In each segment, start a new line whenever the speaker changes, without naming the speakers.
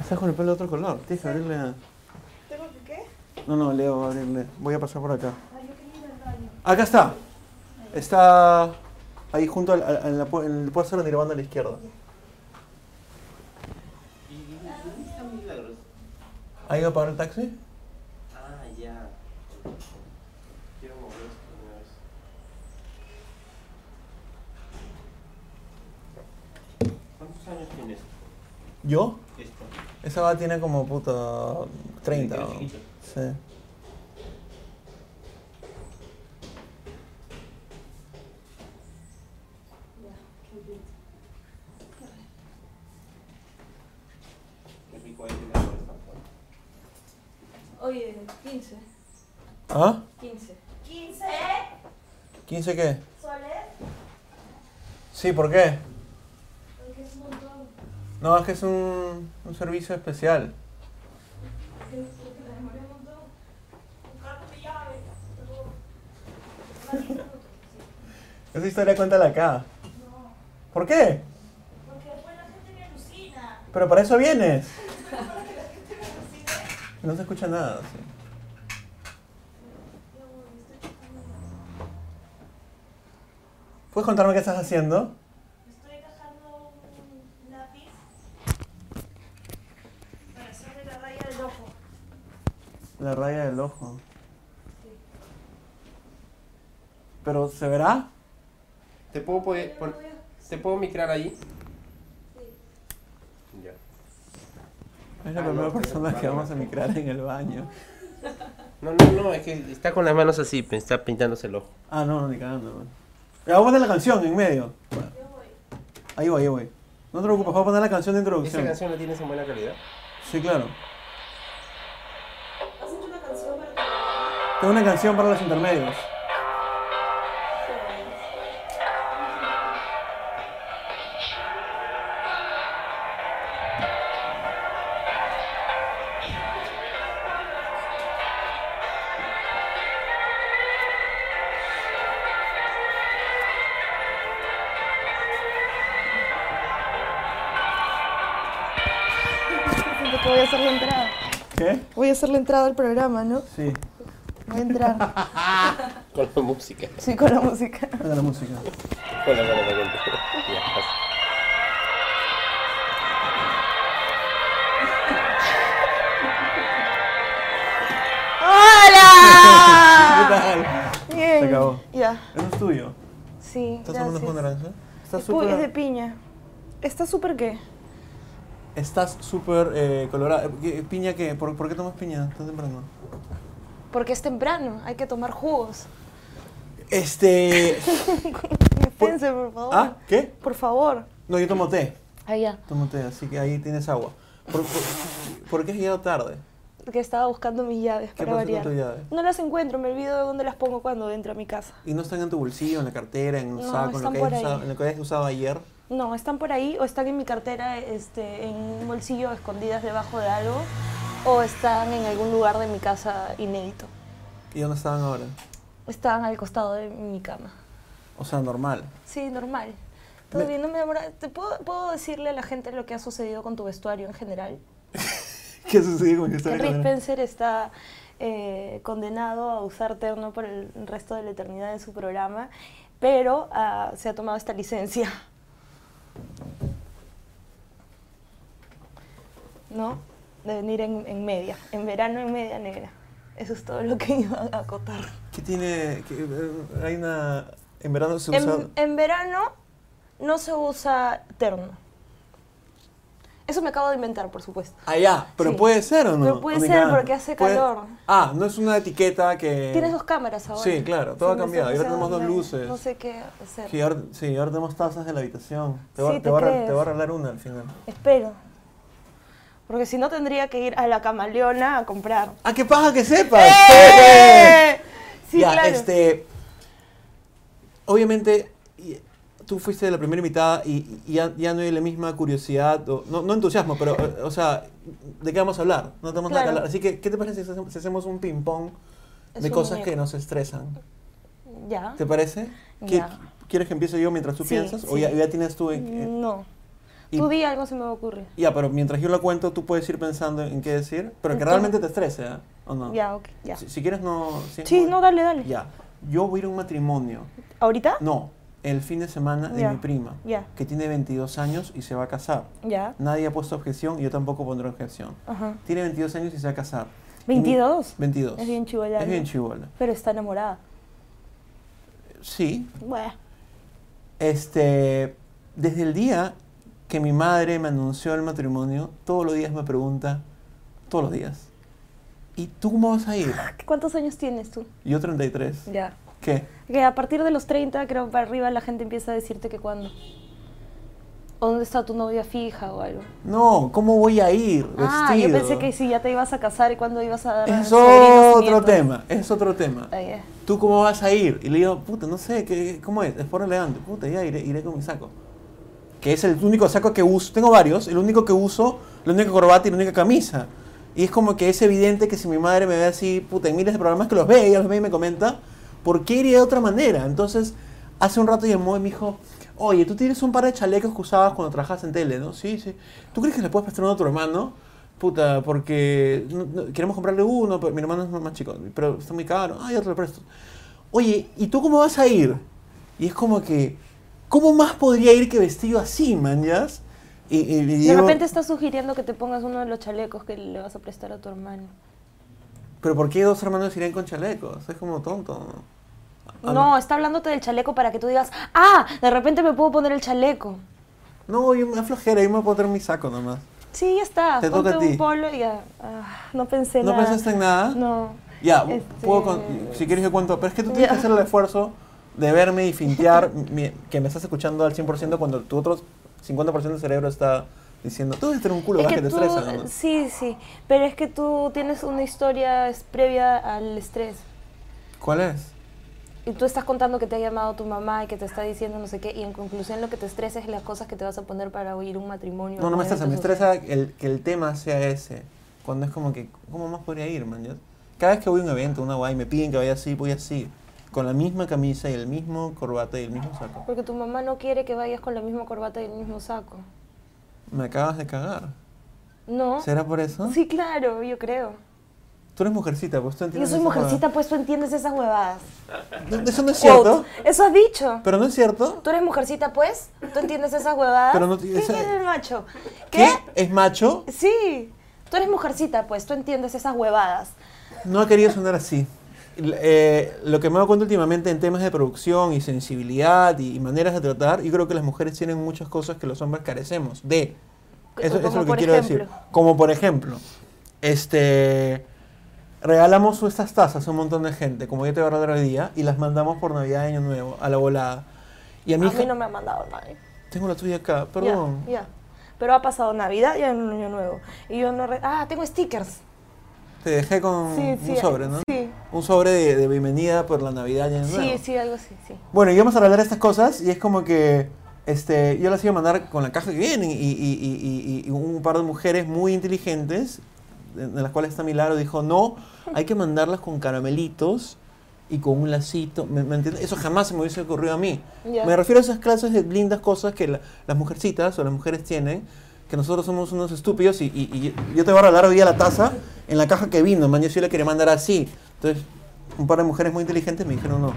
Estás con el pelo de otro color, tienes que abrirle. a-
¿Tengo que qué?
No, no, Leo va a abrirle. Voy a pasar por acá.
Ah, yo quería ir al baño.
Acá está. Está ahí junto al, al- en, la pu- en el puesto de Nirvana a la izquierda.
¿Y dónde está Milagros?
¿Ha ido a pagar el taxi?
Ah, ya. Quiero mover esto de una vez. ¿Cuántos años tienes?
¿Yo?
Esto.
Esa va tiene como puta 30.
Chiquito,
¿no?
chiquito.
Sí.
Qué rico es el agua esta fuerte.
Oye, 15.
¿Ah?
15.
¿15 qué?
¿Soles?
Sí, ¿por qué?
Porque es un montón.
No, es que es un, un servicio especial.
Porque porque la demoré un montón. Un cargo de llave.
Esa historia cuéntala acá.
No.
¿Por qué?
Porque después la gente me alucina.
Pero para eso vienes.
Pero para que la gente me alucine.
No se escucha nada. sí.
Ya voy, me estoy chupando.
¿Puedes contarme qué estás haciendo?
Estoy cajando un lápiz. Para hacerle la raya del ojo.
La raya del ojo.
Sí.
¿Pero se verá?
¿Te puedo,
Yo
poder,
no
pon-
veo.
¿Te puedo micrar ahí?
Sí.
Ya.
Es la
Ah,
primera
no, pero
persona que
para
vamos a
la-
micrar en el baño.
No, no, no, es que está con las manos así, pe- está pintándose el ojo.
Ah, no, no, ni cagando. man. Ya, Vamos a poner la canción en medio.
Yo voy.
Ahí voy, ahí voy. No te preocupes, voy a poner la canción de
¿Esa
introducción.
canción la tienes en buena calidad?
Sí, claro.
¿Has hecho una canción para que...
Tengo una canción para los intermedios.
Siento que voy a hacer la entrada.
¿Qué?
Voy a hacer la entrada al programa, ¿no?
Sí,
Voy a entrar.
Con la música.
Sí, con la música.
para la música.
Con la mano para contar. Ya, pasa. Ah.
¿Qué
¡Hola!
tal?
Bien.
Se acabó.
Ya.
¿Eso es tuyo?
Sí.
¿Estás tomando
gracias.
jugo de naranja? Estás
Es pu- Es de
súper...
piña. ¿Está súper qué?
Estás súper eh, colorada. ¿Qué- ¿Piña qué? ¿Por, por qué tomas piña tan temprano?
Porque es temprano, hay que tomar jugos.
Este...
Pense, por favor.
¿Ah? ¿Qué?
Por favor.
No, yo tomo té.
Allá.
Tomo té, así que ahí tienes agua. ¿Por, por, por qué has llegado tarde?
Porque estaba buscando mis llaves
¿Qué pasó
para
con
variar.
tus llaves?
No las encuentro, me olvido de dónde las pongo cuando entro a mi casa.
¿Y no están en tu bolsillo, en la cartera, en un
No,
saco, en lo,
están
que
por
hayas
ahí.
usado, en lo que hayas usado ayer?
No, están por ahí o están en mi cartera, este, en un bolsillo escondidas debajo de algo, o están en algún lugar de mi casa inédito.
¿Y dónde estaban ahora?
Están al costado de mi cama.
O sea, normal.
Sí, normal. Todo
Me-
bien, no me demora. ¿Te puedo, puedo decirle a la gente lo que ha sucedido con tu vestuario en general?
¿Qué sucedió con
Que
esta
Rick Spencer está eh, condenado a usar terno por el resto de la eternidad de su programa, pero ah, se ha tomado esta licencia. ¿No? De venir en, en media, en verano en media negra. Eso es todo lo que iba a acotar.
¿Qué tiene...? qué- eh, hay una... En verano se usa...
En, en verano no se usa terno. Eso me acabo de inventar, por supuesto.
Allá, pero
Sí.
puede ser o no.
Pero puede
¿O ni
ser,
cagando?
porque hace
Puede-
calor.
Ah, no es una etiqueta que...
Tienes dos cámaras ahora.
Eh, Sí, claro, todo ha
no sé,
cambiado.
no
Ahora
sé
tenemos dos
dónde-
luces.
No sé qué hacer.
Sí ahora, sí, ahora tenemos tazas de la habitación. Te, va,
Sí,
te
¿te
va a re-
crees?
te va a arreglar una al final.
Espero. Porque si no tendría que ir a la camaleona a comprar.
¡Ah, qué paja que sepas!
¡Eh! Sí,
ya,
claro.
este. Obviamente, y- tú fuiste la primera invitada y, y ya, ya no hay la misma curiosidad, o- no, no entusiasmo, pero, eh, o sea, ¿de qué vamos a hablar? No tenemos nada que
Claro.
hablar. Así que, ¿qué te parece si hacemos, si hacemos un ping-pong
Es
de
un
cosas
muñeco.
que nos estresan?
Ya.
¿Te parece? ¿Qui-
Ya.
¿Quieres que empiece yo mientras tú
Sí, Mm. Pues
piensas? ¿O
sí.
ya, ya tienes tú en- en-
No.
Y-
Tú di algo se me ocurre.
Ya, pero mientras yo la cuento, tú puedes ir pensando en qué decir, pero que
Entonces-
realmente te estrese, ¿ah? ¿O no?
Ya, ok, ya.
Si, si quieres, no. si es
Sí,
muy-
no, dale, dale.
Ya. Yo voy a ir a un matrimonio.
¿Ahorita?
No, el fin de semana de
Ya.
mi prima,
Ya.
que tiene 22 años y se va a casar.
Ya.
Nadie ha puesto objeción y yo tampoco pondré objeción.
Ajá.
Tiene 22 años y se va a casar. Y mi-
22.
22.
Es bien chivola.
Es
¿no?
bien chivola.
Pero está enamorada.
Sí,
Bueno.
Este, desde el día que mi madre me anunció el matrimonio, todos los días me pregunta, todos los días, ¿y tú cómo vas a ir?
¿Cuántos años tienes tú?
Yo 33.
Ya.
¿Qué?
Que a partir de los 30, creo, para arriba la gente empieza a decirte que cuándo. ¿O dónde está tu novia fija o algo?
No, ¿cómo voy a ir?
Ah, yo
Vestido.
pensé que si ya te ibas a casar y cuándo ibas a dar a
Es
tu sobrino
otro
nacimiento.
tema, es otro tema.
Ah, ya.
¿Tú cómo vas a ir? Y le digo, puta, no sé, ¿qué, ¿cómo es? Es por elegante. Puta, ya iré, iré con mi saco. Que es el único saco que uso. Tengo varios. El único que uso, la única corbata y la única camisa. Y es como que es evidente que si mi madre me ve así, puta, en miles de programas que los ve, ella los ve y me comenta, ¿por qué iría de otra manera? Entonces, hace un rato llamó y me dijo, oye, tú tienes un par de chalecos que usabas cuando trabajabas en tele, ¿no? Sí, sí. ¿Tú crees que le puedes prestar uno a tu hermano? Puta, porque no- no- queremos comprarle uno, pero mi hermano es más chico, pero está muy caro. Ah, ya te lo presto oye, ¿y tú cómo vas a ir? Y es como que, ¿cómo más podría ir que vestido así, mañas? Y, y- y
De
digo,
repente está sugiriendo que te pongas uno de los chalecos que le vas a prestar a tu hermano.
¿pero por qué dos hermanos irían con chalecos? Es como tonto. ¿no? Ah,
no, está hablándote del chaleco para que tú digas, ah, de repente me puedo poner el chaleco.
No, yo me da flojera, yo me voy a poner mi saco nomás.
Sí, ya está.
Te toca
Ponte
a ti.
un polo y ya. Ah, no pensé
¿No
nada.
pensaste en nada?
No.
Ya,
Este-
puedo con- si quieres yo cuento, pero es que tú tienes
Ya.
que hacer el esfuerzo de verme y fintear mi- que me estás escuchando al 100% cuando tu otro 50% del cerebro está diciendo, tú debes tener un culo,
Es
¿verdad?
que
que te
tú,
estresa. ¿no?
sí, sí, pero es que tú tienes una historia es- previa al estrés.
¿Cuál es?
Y tú estás contando que te ha llamado tu mamá y que te está diciendo no sé qué, y en conclusión lo que te estresa es las cosas que te vas a poner para oír un matrimonio.
No, no me
un
estresa, me
evento
estresa el, que el tema sea ese. Cuando es como que, ¿cómo más podría ir, man? Yo- Cada vez que voy a un evento, una guay, me piden que vaya así, voy así. Con la misma camisa y el mismo corbata y el mismo
social.
saco.
Porque tu mamá no quiere que vayas con la misma corbata y el mismo saco.
Me acabas de cagar.
¿No?
¿Será por eso?
Sí, claro, yo creo.
Tú eres mujercita, pues tú
Yo
entiendes.
soy
esa
mujercita, pues tú entiendes esas huevadas.
huevada. No, Eso no es cierto.
Quote. Eso has dicho.
Pero no es cierto.
Tú eres mujercita, pues. Tú entiendes esas huevadas.
Pero no
¿Qué
ti- esa-
tiene el macho?
¿Es macho?
¿Qué? Sí. Tú eres mujercita, pues. Tú entiendes esas huevadas.
No ha querido sonar así. L- eh, lo que me he dado cuenta últimamente en temas de producción y sensibilidad y, y maneras de tratar, yo creo que las mujeres tienen muchas cosas que los hombres carecemos de.
C-
Eso, eso es
como
lo que
por
quiero decir.
ejemplo.
Como por ejemplo, este regalamos estas tazas a un montón de gente, como yo te voy a regalar hoy día, y las mandamos por Navidad Año Nuevo, a la volada. Y a
A
mi
mí
hija,
no me ha mandado nadie.
tengo la tuya acá, perdón.
Ya, ya. Pero ha pasado Navidad y un año nuevo. Y yo no... re- Ah, tengo stickers.
Te dejé con
Sí,
Ah,
sí, eh,
un sobre, ¿no?
sí.
Un sobre de, de bienvenida por la Navidad Año Nuevo.
Sí, sí, algo así, sí.
Bueno, y vamos a hablar de estas cosas y es como que este, yo las iba a mandar con la caja que vienen y, y- y- y- y un par de mujeres muy inteligentes, de de las cuales está Milagro, dijo, no, hay que mandarlas con caramelitos y con un lacito, ¿me, me entiendes? Eso jamás se me hubiese ocurrido a mí.
Ya.
Me refiero a esas clases de lindas cosas que la- las mujercitas o las mujeres tienen, que nosotros somos unos estúpidos y, y- y yo- yo te voy a regalar hoy día la taza en la caja que vino, man, yo sí la quería mandar así. Entonces, un par de mujeres muy inteligentes me dijeron no,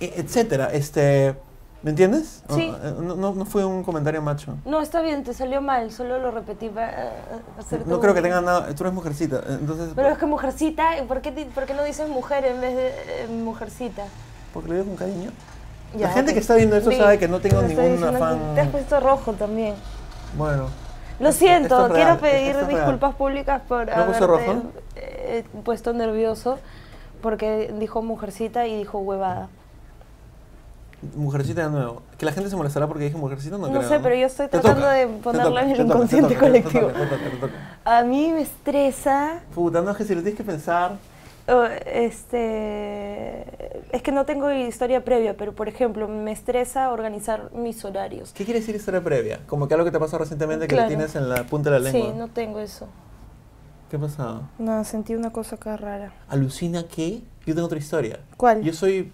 e- etcétera. Este, ¿Me entiendes? O-
Sí.
eh, No, no, no fue un comentario macho.
No, está bien, te salió mal. Solo lo repetí para eh, hacerte
No
un-
creo que tenga nada, tú eres mujercita, eh, entonces...
Pero es que mujercita, ¿por qué, di- por qué no dices mujer en vez de eh, mujercita?
Porque lo digo con cariño.
Ya,
la gente
ok.
que está viendo esto
Sí,
sabe que no tengo
te estoy
ningún
diciendo que
afán...
Te has puesto rojo también.
Bueno,
Lo
Esto-
siento,
esto es
quiero
real,
pedir
esto es real.
disculpas públicas por
¿Me puse
haberte
rojo?
eh, puesto nervioso porque dijo mujercita y dijo huevada.
mujercita de nuevo. Que la gente se molestará porque dije mujercita, no,
No
creo.
sé, pero yo estoy
Te
tratando
toca,
de
te
ponerla
toca,
en el
te toca, te
inconsciente
toca, te toca,
colectivo.
te toca, te toca.
A mí me estresa,
Puta, no es que si lo tienes que pensar...
o, este, es que no tengo historia previa, pero por ejemplo, me estresa organizar mis horarios.
¿Qué quiere decir historia previa? Como que algo que te pasó recientemente que
Claro.
lo tienes en la punta de la lengua.
Sí, no tengo eso.
¿Qué ha pasado?
No, sentí una cosa acá rara.
Alucina que yo tengo otra historia.
¿Cuál?
Yo soy.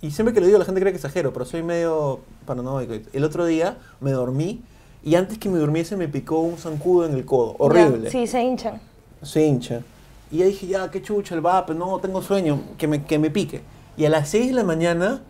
Y siempre que lo digo, la gente cree que exagero, pero soy medio paranoico. El otro día me dormí y antes que me durmiese me picó un zancudo en el codo.
Ya,
Horrible.
Sí, se hinchan.
se hincha. Y ya dije, ya, qué chucha, el vape, no, tengo sueño, que me, que me pique. Y a las 6 de la mañana,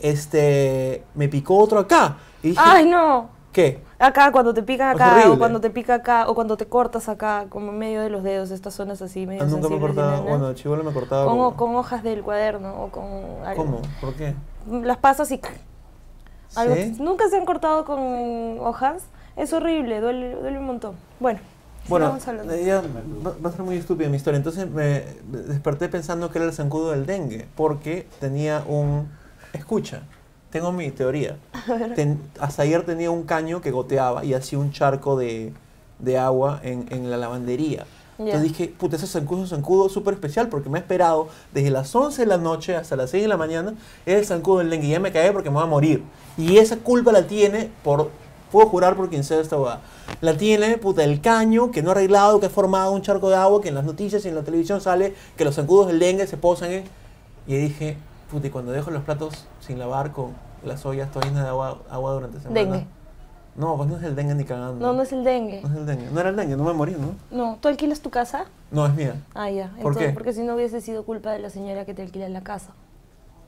este, me picó otro acá. Y dije,
¡Ay, no!
¿qué?
Acá, cuando te
Es
pican acá, o
horrible.
cuando te pica acá, o cuando te cortas acá, como en medio de los dedos, estas zonas así, medio
Ah, nunca me
sensibles,
cortaba,
¿no?
bueno, chivolo me cortaba.
con,
como-
ho- con hojas del cuaderno o con algo.
¿Cómo? ¿Por qué?
Las pasas y... algo.
¿Sí?
¿Nunca se han cortado con hojas? Es horrible, duele, duele un montón. Bueno,
Bueno,
sigamos hablando.
eh, ya, va, va a ser muy estúpida mi historia. Entonces me desperté pensando que era el zancudo del dengue, porque tenía un... Escucha, tengo mi teoría. Ten- hasta ayer tenía un caño que goteaba y hacía un charco de, de agua en, en la lavandería.
Ya.
Entonces dije, puta, ese zancudo es un zancudo súper especial porque me ha esperado desde las 11 de la noche hasta las 6 de la mañana. Es el zancudo del dengue, ya me caí porque me voy a morir. Y esa culpa la tiene, por, puedo jurar por quien sea esta huevada, la tiene, puta, el caño que no ha arreglado, que ha formado un charco de agua, que en las noticias y en la televisión sale que los zancudos del dengue se posan en... Y dije, puta, y cuando dejo los platos sin lavar con las ollas todas llenas de agua, agua durante semana...
Dengue.
No, pues no es el dengue ni cagando.
No, no es el dengue.
No es el dengue. No era el dengue, no me morí, ¿no?
No, ¿tú alquilas tu casa?
No, es mía.
Ah, ya.
¿Por
Entonces,
qué?
Porque si no hubiese sido culpa de la señora que te alquila la casa.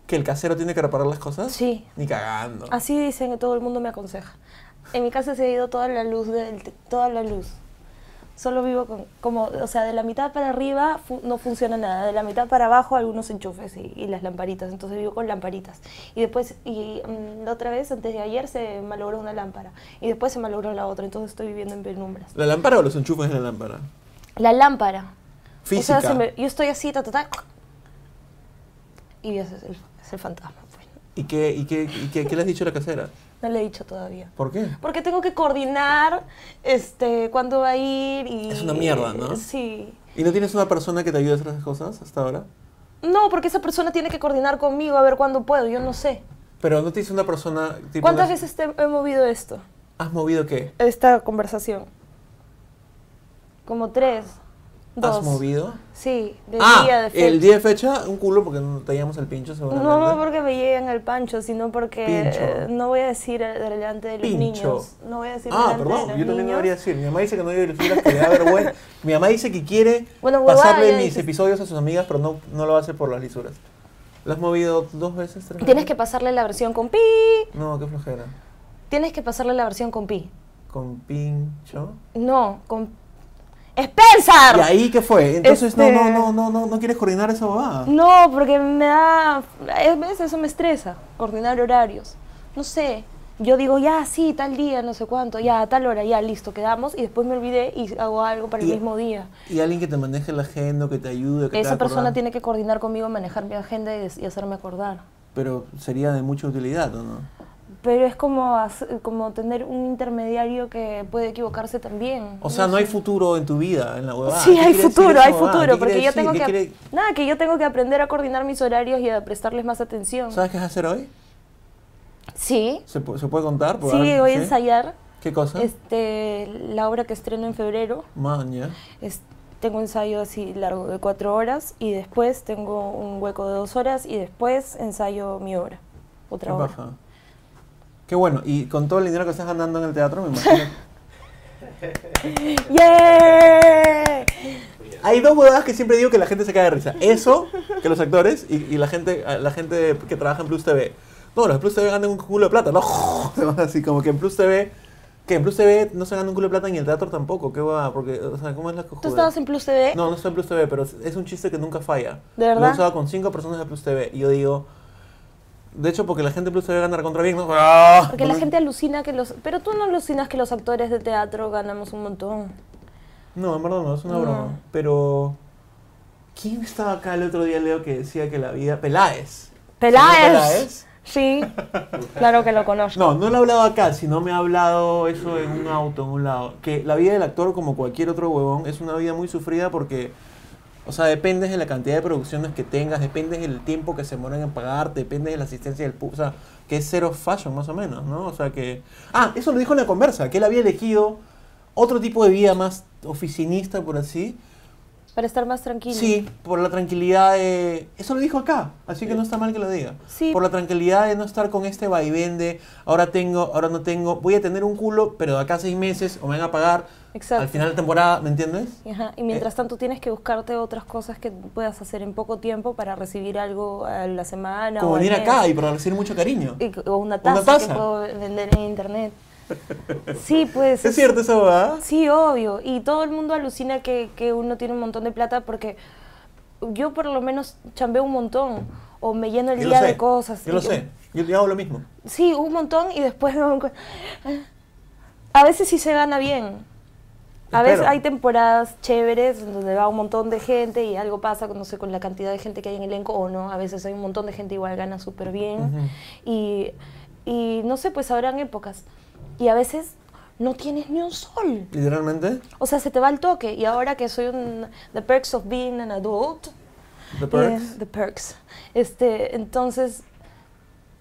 ¿Que el casero tiene que reparar las cosas?
Sí.
Ni cagando.
Así dicen que todo el mundo me aconseja. En mi casa se ha ido toda la luz, del te- toda la luz. Solo vivo con, como, o sea, de la mitad para arriba fu- no funciona nada, de la mitad para abajo algunos enchufes y, y las lamparitas, entonces vivo con lamparitas. Y después, y mm, la otra vez, antes de ayer, se malogró una lámpara y después se malogró la otra, entonces estoy viviendo en penumbras.
¿La lámpara o los enchufes de la lámpara?
La lámpara.
Física.
O sea, se me- yo estoy así, ta, ta, ta, y ese es el, es el fantasma. pues.
¿Y, qué, y, qué, y qué, qué le has dicho a la casera?
No le he dicho todavía.
¿Por qué?
Porque tengo que coordinar este, cuándo va a ir y...
Es una mierda, ¿no?
Sí.
¿Y no tienes una persona que te ayude a hacer esas cosas hasta ahora?
No, porque esa persona tiene que coordinar conmigo a ver cuándo puedo, yo no sé.
Pero no tienes una persona... tipo
¿Cuántas
una-
veces te he movido esto,
¿Has movido qué?
esta conversación? Como tres, dos.
¿Has movido?
Sí, de
ah,
día, de fecha.
el día de fecha, un culo porque no te hallamos el pincho seguramente.
No, no porque me lleguen al pancho, sino porque
Pincho.
eh, no voy a decir delante de los
Pincho.
niños. No voy a decir
Ah,
delante de
perdón,
los
yo también
niños.
debería decir. Mi mamá dice que no debe decir las que le da vergüenza. Mi mamá dice que quiere
Bueno, huevada,
pasarle
ya
mis
dices.
episodios a sus amigas, pero no, no lo hace por las lisuras. ¿La has movido dos veces, tres
Tienes que
veces?
pasarle la versión con pi.
No, qué flojera.
Tienes que pasarle la versión con pi.
Con pincho.
No, con... ¡Spencer!
¿Y ahí qué fue? Entonces, no,
Este-
no, no, no, no, no quieres coordinar esa bobada.
No, porque me da... A veces eso me estresa, coordinar horarios. No sé, yo digo, ya, sí, tal día, no sé cuánto, ya, a tal hora, ya, listo, quedamos. Y después me olvidé y hago algo para el
Y-
mismo día.
Y alguien que te maneje la agenda, que te ayude, que te
Esa
haga
persona
acordar.
tiene que coordinar conmigo, manejar mi agenda y, des- y hacerme acordar.
Pero sería de mucha utilidad, ¿o no?
Pero es como, hace- como tener un intermediario que puede equivocarse también.
O sea, no hay futuro en tu vida, en la huevada.
Sí,
Ah, ¿Qué
hay
quiere decir
futuro,
esa
hay
bobada?
futuro,
¿Qué quiere
porque yo
decir?
tengo
¿Qué
que
quiere-
nada, que yo tengo que aprender a coordinar mis horarios y a prestarles más atención.
¿Sabes qué vas a hacer hoy?
Sí.
¿Se, pu- se puede contar? Por
Sí,
ahora-
voy a ensayar
¿Qué cosa?
este la obra que estreno en febrero.
Maña.
Es- tengo un ensayo así largo de cuatro horas y después tengo un hueco de dos horas y después ensayo mi obra,
Qué
otra obra.
paja. Qué bueno. Y con todo el dinero que estás ganando en el teatro, me imagino.
¡Yeah!
Hay dos huevadas que siempre digo que la gente se cae de risa. Eso, que los actores y, y la gente la gente que trabaja en Plus TV. No, los de Plus TV ganan un culo de plata, ¿no? Se van así, como que en Plus TV... Que en Plus TV no se gana un culo de plata ni en el teatro tampoco. Qué huevada, porque... O sea, ¿cómo es la cojuda?
Tú estabas en Plus TV.
No, no estoy en Plus TV, pero es- es un chiste que nunca falla.
¿De
Lo
verdad?
he usado con cinco personas de Plus TV. Y yo digo... De hecho, porque la gente de Plus TV gana contra bien, ¿no? ¡Ah!
Porque
No
la
me-
gente alucina que los... Pero tú no alucinas que los actores de teatro ganamos un montón.
No, en verdad no, es una
No.
broma. Pero. ¿Quién estaba acá el otro día, Leo, que decía que la vida. Peláez. ¿Señor
¡Peláez!
Peláez?
Sí, claro que lo conozco.
No, no lo he hablado acá, sino me ha hablado eso en un auto, en un lado. Que la vida del actor, como cualquier otro huevón, es una vida muy sufrida porque. O sea, dependes de la cantidad de producciones que tengas, dependes del tiempo que se demoran en pagarte, dependes de la asistencia del público. O sea, que es cero fashion, más o menos, ¿no? O sea, que. Ah, eso lo dijo en la conversa, que él había elegido otro tipo de vida más oficinista, por así.
Para estar más tranquilo.
Sí, por la tranquilidad de... Eso lo dijo acá, así que no está mal que lo diga.
Sí.
Por la tranquilidad de no estar con este vaivén de ahora tengo, ahora no tengo, voy a tener un culo, pero de acá a seis meses o me van a pagar
Exacto.
al final de temporada, ¿me entiendes?
Ajá, Y mientras
Eh.
tanto tienes que buscarte otras cosas que puedas hacer en poco tiempo para recibir algo a la semana.
Como
o al
venir
mes.
acá y para recibir mucho cariño.
Y c- O una
Una
taza, que
taza.
puedo vender en internet. Sí, pues.
¿Es cierto esa bobada?
Sí, obvio. Y todo el mundo alucina que, que uno tiene un montón de plata porque yo por lo menos chambeo un montón o me lleno el
Yo lo
día
sé,
de cosas.
Yo lo
Y-
sé, yo, yo hago lo mismo.
Sí, un montón y después no me encuent- A veces sí se gana bien. A veces
Espero.
hay temporadas chéveres en donde va un montón de gente y algo pasa, no sé, con la cantidad de gente que hay en el elenco o no. A veces hay un montón de gente igual gana súper bien.
Ujú.
y, y no sé, pues habrán épocas. Y a veces no tienes ni un sol.
Literalmente,
O sea, se te va el toque. Y ahora que soy un... The perks of being an adult.
the
Eh,
perks.
the perks. Este, entonces,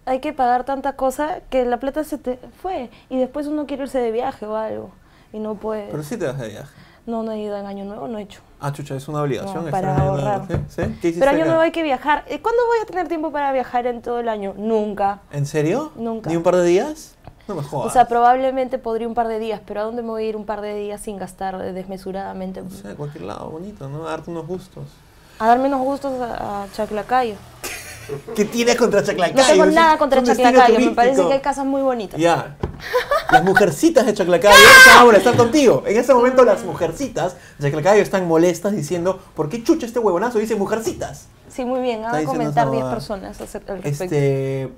hay que pagar tanta cosa que la plata se te fue. Y después uno quiere irse de viaje o algo. Y no puede.
Pero sí te vas de viaje.
No, no he ido en Año Nuevo, no he hecho.
Ah, chucha, es una obligación.
No,
estar
para
en el-
ahorrar.
¿Sí? ¿Sí? ¿Qué hiciste
Pero Año
acá?
Nuevo hay que viajar. Eh, ¿Cuándo voy a tener tiempo para viajar en todo el año? Nunca.
¿En serio?
Nunca.
¿Ni un par de días? No me jodas.
O sea, probablemente podría un par de días, pero ¿a dónde me voy a ir un par de días sin gastar eh, desmesuradamente?
No sé, cualquier lado bonito, ¿no? Darte unos gustos.
A dar menos gustos a, a Chaclacayo.
¿Qué tienes contra Chaclacayo?
No tengo
Es un-
nada
es
contra
un destino
Chaclacayo, me parece
turístico.
que hay casas muy bonitas.
Ya. Las mujercitas de Chaclacayo están a molestar contigo. En ese momento las mujercitas de Chaclacayo están molestas diciendo ¿Por qué chucha este huevonazo dice mujercitas?
Sí, muy bien,
Está
van a
diciendo
comentar
esa
10
huevada.
personas acerca- al respecto.
Este...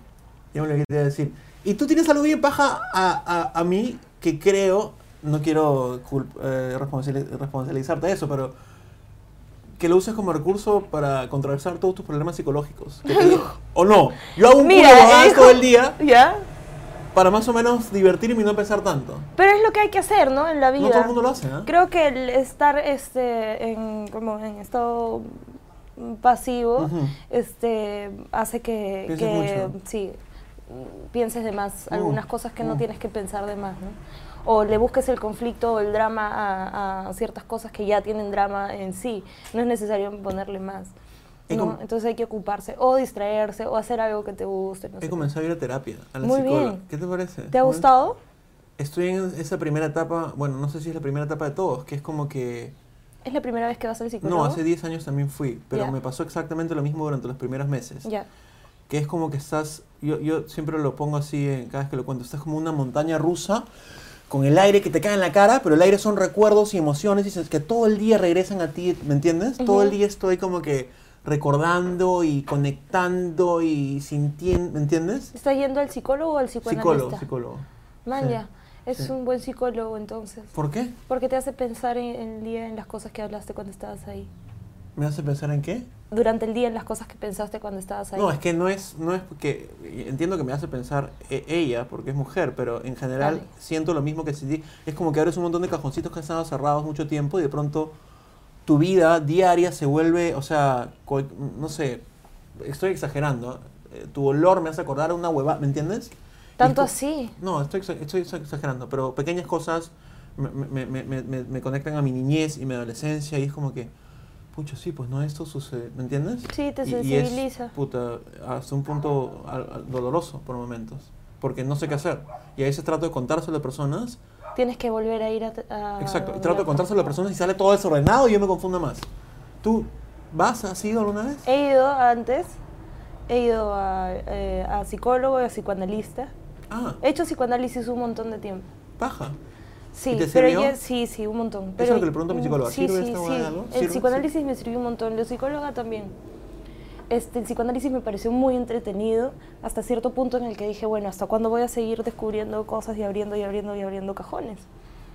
Yo me lo quería decir. Y tú tienes algo bien paja a, a, a mí que creo... No quiero culp- eh, responsabili- responsabilizarte de eso, pero... Que lo uses como recurso para contrarrestar todos tus problemas psicológicos. Que te- o no. Yo hago un culo
Mira,
de
eh,
bobadas
hijo-
todo el día
¿Ya?
para más o menos divertirme y no pensar tanto.
Pero es lo que hay que hacer, ¿no? En la vida.
No todo el mundo lo hace, ¿ah?
Creo que el estar este, en, como en estado mm, pasivo
Ujú.
este, hace que,
Pienses
que,
mucho.
sí, mm, pienses de más
Mm,
algunas cosas que no
mm.
tienes que pensar de más, ¿no? O le busques el conflicto o el drama a, a ciertas cosas que ya tienen drama en sí. No es necesario ponerle más.
He
¿no?
com-
Entonces hay que ocuparse o distraerse o hacer algo que te guste. no sé
He
qué.
comenzado a ir a terapia, a la
Muy
psicóloga.
bien.
¿Qué te parece?
¿Te ha
Bueno,
gustado?
Estoy en esa primera etapa, bueno, no sé si es la primera etapa de todos, que es como que...
¿Es la primera vez que vas al psicólogo?
No, hace 10 años también fui, pero
Ya.
me pasó exactamente lo mismo durante los primeros meses.
Ya.
Que es como que estás, yo, yo siempre lo pongo así eh, cada vez que lo cuento, estás como una montaña rusa con el aire que te cae en la cara, pero el aire son recuerdos y emociones y sens- que todo el día regresan a ti, ¿me entiendes? Todo el
Ujú.
día estoy como que recordando y conectando y sintiendo, ¿me entiendes?
¿Estás yendo al psicólogo o al psicoanalista?
Psicólogo, psicólogo.
Man,
Sí,
ya. Es
sí.
un buen psicólogo entonces.
¿Por qué?
Porque te hace pensar en en el día, en las cosas que hablaste cuando estabas ahí.
¿Me hace pensar en qué?
Durante el día, en las cosas que pensaste cuando estabas ahí.
No, es que no es, no es porque entiendo que me hace pensar e- ella porque es mujer, pero en general
Dale.
siento lo mismo que sentí. Es como que abres un montón de cajoncitos que han estado cerrados mucho tiempo y de pronto tu vida diaria se vuelve, o sea, cual- no sé, estoy exagerando. eh, Tu olor me hace acordar a una huevada, ¿me entiendes? Y
Tanto
co-
así.
No, estoy, exa- estoy exa- exagerando, pero pequeñas cosas me, me- me- me- me- me conectan a mi niñez y mi adolescencia y es como que, pucha, sí, pues no, esto sucede, ¿me entiendes?
Sí, te
Y- y es,
sensibiliza.
puta, hasta un punto al- al- doloroso por momentos, porque no sé qué hacer. Y a veces trato de contárselo a personas,
Tienes que volver a ir a... t- a-
exacto, y trato de contárselo a personas y sale todo desordenado y yo me confundo más. ¿Tú vas, has ido alguna vez?
He ido antes. He ido a, eh, a psicólogo, a psicoanalista.
Ah,
He hecho psicoanálisis un montón de tiempo.
paja.
Sí,
¿Y te
pero
sirvió?
ya- sí, sí, un montón. Pero
es lo que le pregunto a mi psicóloga,
Sí,
¿sirve
sí,
esta
sí.
hueá de algo?
El
¿Sirve?
psicoanálisis me sirvió un montón, la psicóloga también. Este, el psicoanálisis me pareció muy entretenido hasta cierto punto en el que dije, bueno, ¿hasta cuándo voy a seguir descubriendo cosas y abriendo y abriendo y abriendo cajones?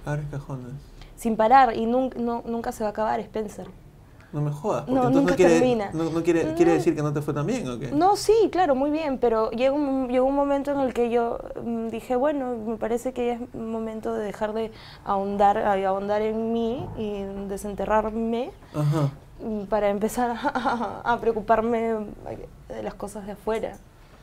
Abres cajones.
Sin parar y nun- no- nunca se va a acabar, Spencer.
No me jodas, porque
No,
entonces
nunca
no quiere,
termina.
No, no quiere,
No.
quiere decir que no te fue tan bien, ¿o qué?
No, sí, claro, muy bien, pero llegó un, llegó un momento en el que yo mm, dije, bueno, me parece que ya es momento de dejar de ahondar, ay, ahondar en mí y desenterrarme
Ajá.
mm, para empezar a, preocuparme de las cosas de afuera.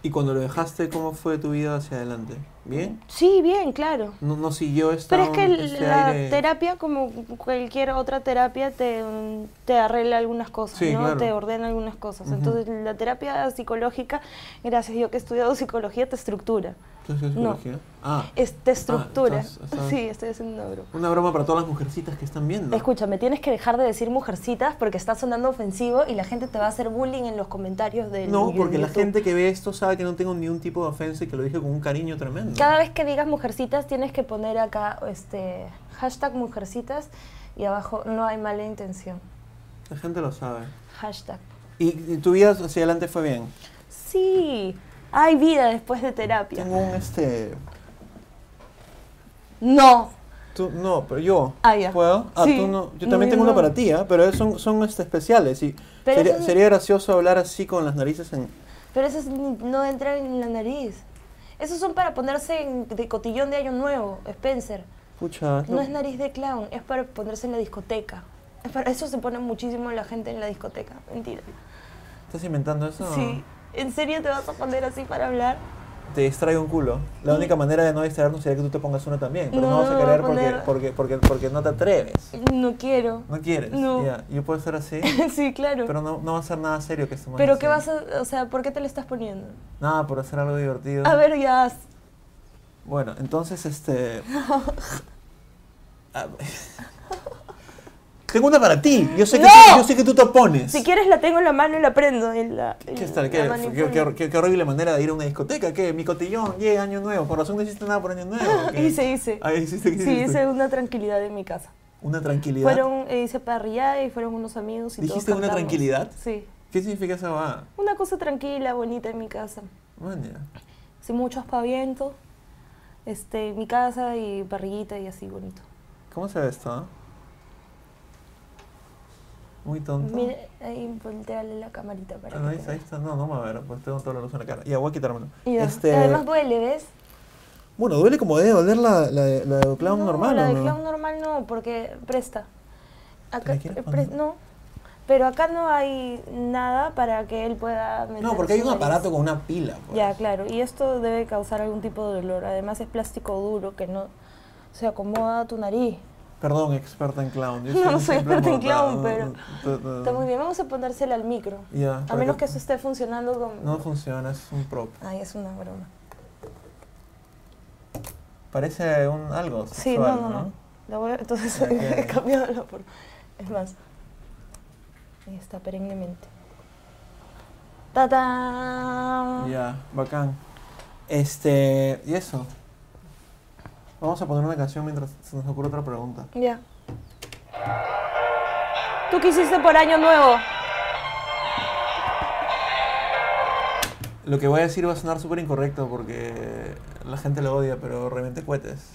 ¿Y cuando lo dejaste, cómo fue tu vida hacia adelante? ¿Bien?
Sí, bien, claro.
¿No, no siguió esta,
Pero es que
este
la
aire?
terapia, como cualquier otra terapia, te, mm, te arregla algunas cosas,
Sí,
¿no?
claro.
Te ordena algunas cosas.
Ujú.
Entonces, la terapia psicológica, gracias a Dios que he estudiado psicología, te estructura.
¿Tú estudias
no.
psicología? Ah,
Es, te estructura.
estás- estás-
Sí, estoy haciendo una broma.
una broma para todas las mujercitas que están viendo.
Escúchame, tienes que dejar de decir mujercitas porque está sonando ofensivo y la gente te va a hacer bullying en los comentarios del
No, porque la
YouTube.
gente que ve esto sabe que no tengo ni un tipo de ofensa y que lo dije con un cariño tremendo.
Cada vez que digas mujercitas tienes que poner acá este hashtag mujercitas y abajo no hay mala intención.
La gente lo sabe.
Hashtag.
¿Y, y tu vida hacia adelante fue bien?
Sí, hay vida después de terapia.
Tengo un este...
No.
Tú, no, pero yo.
Ah, ya.
¿Puedo? Ah,
Sí.
tú no. Yo
Muy
también
bien,
tengo uno
no.
para ti, ¿ah? Pero son, son este, especiales. Y
Pero
sería,
eso es-
sería gracioso hablar así con las narices en...
Pero esos ni- no entran en la nariz. Esos son para ponerse en- de cotillón de año nuevo, Spencer.
Pucha,
No es nariz de clown, es para ponerse en la discoteca. Es para eso se pone muchísimo la gente en la discoteca. Mentira.
¿estás inventando eso?
Sí. ¿En serio te vas a poner así para hablar?
Te distrae un culo. La única manera de no distraernos sería que tú te pongas uno también. Pero no,
Mm. No,
vas a
me voy a
querer
poner-
porque, porque, porque, porque no te atreves.
No quiero.
No quieres.
No.
Ya, Yo puedo ser así,
sí, claro.
pero
Pero,
no, no va a ser nada serio que estemos
¿qué vas
haciendo.
a...? O sea, ¿por qué te lo estás poniendo?
Nada, por hacer algo divertido.
A ver, ya... haz.
Bueno, entonces, este... Ah, Tengo una para ti. Yo sé, que
¡No!
tú, yo sé que tú te opones.
Si quieres la tengo en la mano y la prendo. en la- en
¿Qué, está?
la
¿Qué-
manipulo.
qué- qué- qué- qué horrible manera de ir a una discoteca. ¿Qué? Mi cotillón. Yeah, año nuevo. Por razón no hiciste nada por año nuevo. ¿o qué?
Hice, hice.
Ah, hiciste, ¿qué
Sí,
hiciste?
hice una tranquilidad en mi casa.
Una tranquilidad.
Fueron, eh, hice parrillada y fueron unos amigos y todos
¿Dijiste una
cantamos.
tranquilidad?
Sí.
¿Qué significa esa va?
Una cosa tranquila, bonita en mi casa.
Maña.
Sin mucho aspaviento. Este, en mi casa y parrillita y así bonito.
¿Cómo se ve esto? ah? Muy tonto.
Mira, ahí volteale la camarita para
Ah, no,
que
ahí
te
está, ahí
vea.
está. No, no me va a ver, pues tengo toda la luz en la cara. Ya, voy a quitármelo.
Ya.
Este,
Además duele, ¿ves?
bueno, duele como debe doler la, la, de- la de clown
no,
normal, ¿o
La de
no?
clown normal no, porque presta.
¿Te
Acá
la quieres
eh, pres-
poner?
no. Pero acá no hay nada para que él pueda meter
No, porque hay
su
un
nariz.
aparato con una pila. pues.
Ya, claro. Y esto debe causar algún tipo de dolor. Además es plástico duro que no se acomoda a tu nariz.
Perdón, experta en clown. Yo
No,
soy
no soy
siempre
experta en
mortal.
clown, pero-
No, no, no.
Está muy bien. Vamos a ponérsela al micro.
Ya,
a
para
menos
que-
que eso esté funcionando con...
No funciona, es un prop.
Ay, es una broma.
Parece un algo
Sí,
sexual,
no, no, no. La voy a- entonces
Ya, ya,
he
ya.
cambiado la forma. Es más. Ahí está perennemente. ¡Tatán!
Ya, bacán. Este, y eso. Vamos a poner una canción mientras se nos ocurre otra pregunta.
Ya. ¿Tú qué hiciste por Año Nuevo?
Lo que voy a decir va a sonar súper incorrecto porque la gente lo odia, pero reventé cohetes.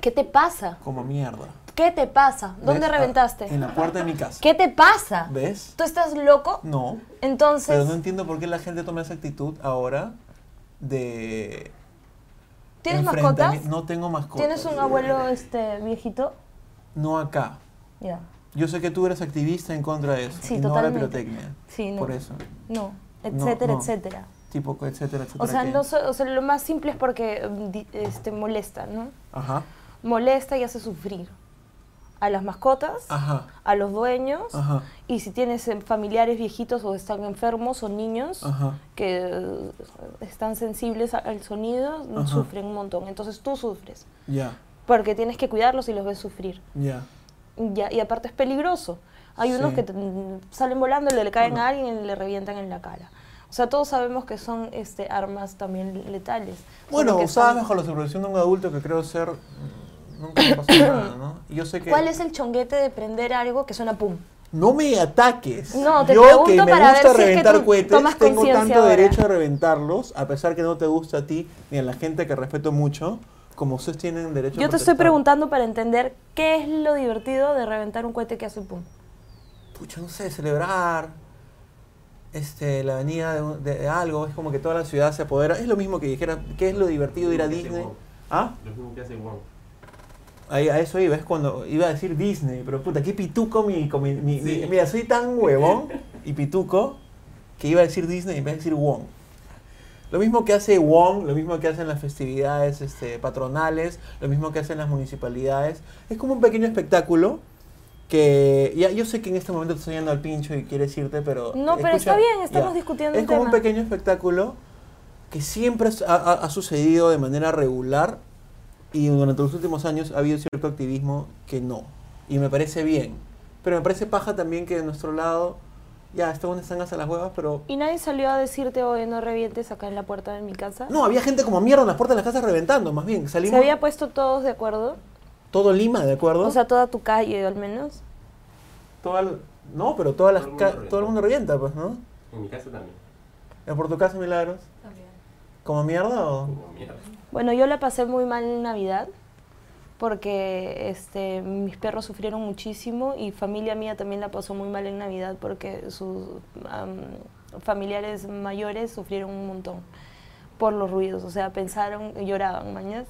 ¿Qué te pasa?
Como mierda.
¿Qué te pasa? ¿Dónde
¿Ves? Ah,
reventaste?
En la puerta de mi casa.
¿Qué te pasa?
¿Ves?
¿Tú estás loco?
No. Pero
Entonces,
no entiendo por qué la gente toma esa actitud ahora de...
¿tienes
enfrentami-
mascotas?
No tengo mascotas.
¿Tienes un abuelo este viejito?
No acá.
Ya.
Yo sé que tú eres activista en contra de eso.
Sí,
y no a la
totalmente.
pirotecnia.
Sí, no.
Por eso.
No,
No,
etcétera,
no.
etcétera.
Tipo, etcétera, etcétera.
O sea,
¿qué?
no so- o sea, lo más simple es porque mm, di- este, molesta, ¿no?
Ajá.
Molesta y hace sufrir a las mascotas,
Ajá.
a los dueños,
Ah. Ajá.
y si tienes eh, familiares viejitos o están enfermos o niños
Ajá.
que eh, están sensibles a- al sonido,
Ajá.
sufren un montón. Entonces tú sufres,
Ya.
porque tienes que cuidarlos y los ves sufrir.
Ya.
Ya, y aparte es peligroso. Hay unos
Sí.
que mm, salen volando, le caen
Bueno.
a alguien y le revientan en la cara. O sea, todos sabemos que son este, armas también letales. Solo
Bueno,
que
usadas
son-
bajo la supervisión de un adulto que creo ser. mm, Nunca me pasó nada, ¿no? Y Yo sé que.
¿Cuál es el chonguete de prender algo que suena pum?
No me ataques.
No, te
Yo que
pregunto
me
para ver
gusta
si es que
reventar
tú
cohetes,
tomas
tengo tanto
conciencia ahora.
derecho a reventarlos, a pesar que no te gusta a ti ni a la gente que respeto mucho, como ustedes tienen derecho a
Yo te estoy
protestar.
preguntando para entender qué es lo divertido de reventar un cohete que hace pum.
Pucha, no sé, celebrar. Este, la venida de, un- de- de algo, es como que toda la ciudad se apodera. Es lo mismo que dijera, ¿qué es lo divertido de ir a
Sí,
Disney?
seguro.
¿Ah?
Lo mismo que hace Wong.
Ahí, a eso iba, es cuando iba a decir Disney, pero puta, qué pituco mi... con mi- mi- mi-
Sí.
mira, soy tan huevón y pituco que iba a decir Disney en vez de decir Wong. Lo mismo que hace Wong, lo mismo que hacen las festividades este, patronales, lo mismo que hacen las municipalidades. Es como un pequeño espectáculo que ya yo sé que en este momento te estoy yendo al pincho y quieres irte, pero...
No, pero está bien, estamos discutiendo
Es
un
como un
tema.
pequeño espectáculo que siempre ha, ha- ha sucedido de manera regular y durante los últimos años ha habido cierto activismo que no. Y me parece bien. Pero me parece paja también que de nuestro lado, ya, estos donde están hasta las huevas, pero...
Y nadie salió a decirte, oye, no revientes acá en la puerta de mi casa.
No, había gente como mierda en las puertas de las casas reventando, más bien.
¿Se
Salimos
había puesto todos de acuerdo?
todo Lima, ¿de acuerdo?
O sea, toda tu calle al menos.
Toda el- no, pero todas las
Todo el
ca-
mundo
todo el mundo revienta, pues, ¿no?
En mi casa también.
¿En por tu casa, Milagros?
También.
¿Como mierda o...?
Como mierda.
Bueno, yo la pasé muy mal en Navidad porque este, mis perros sufrieron muchísimo y familia mía también la pasó muy mal en Navidad porque sus am, familiares mayores sufrieron un montón por los ruidos, o sea, pensaron, lloraban, mañas.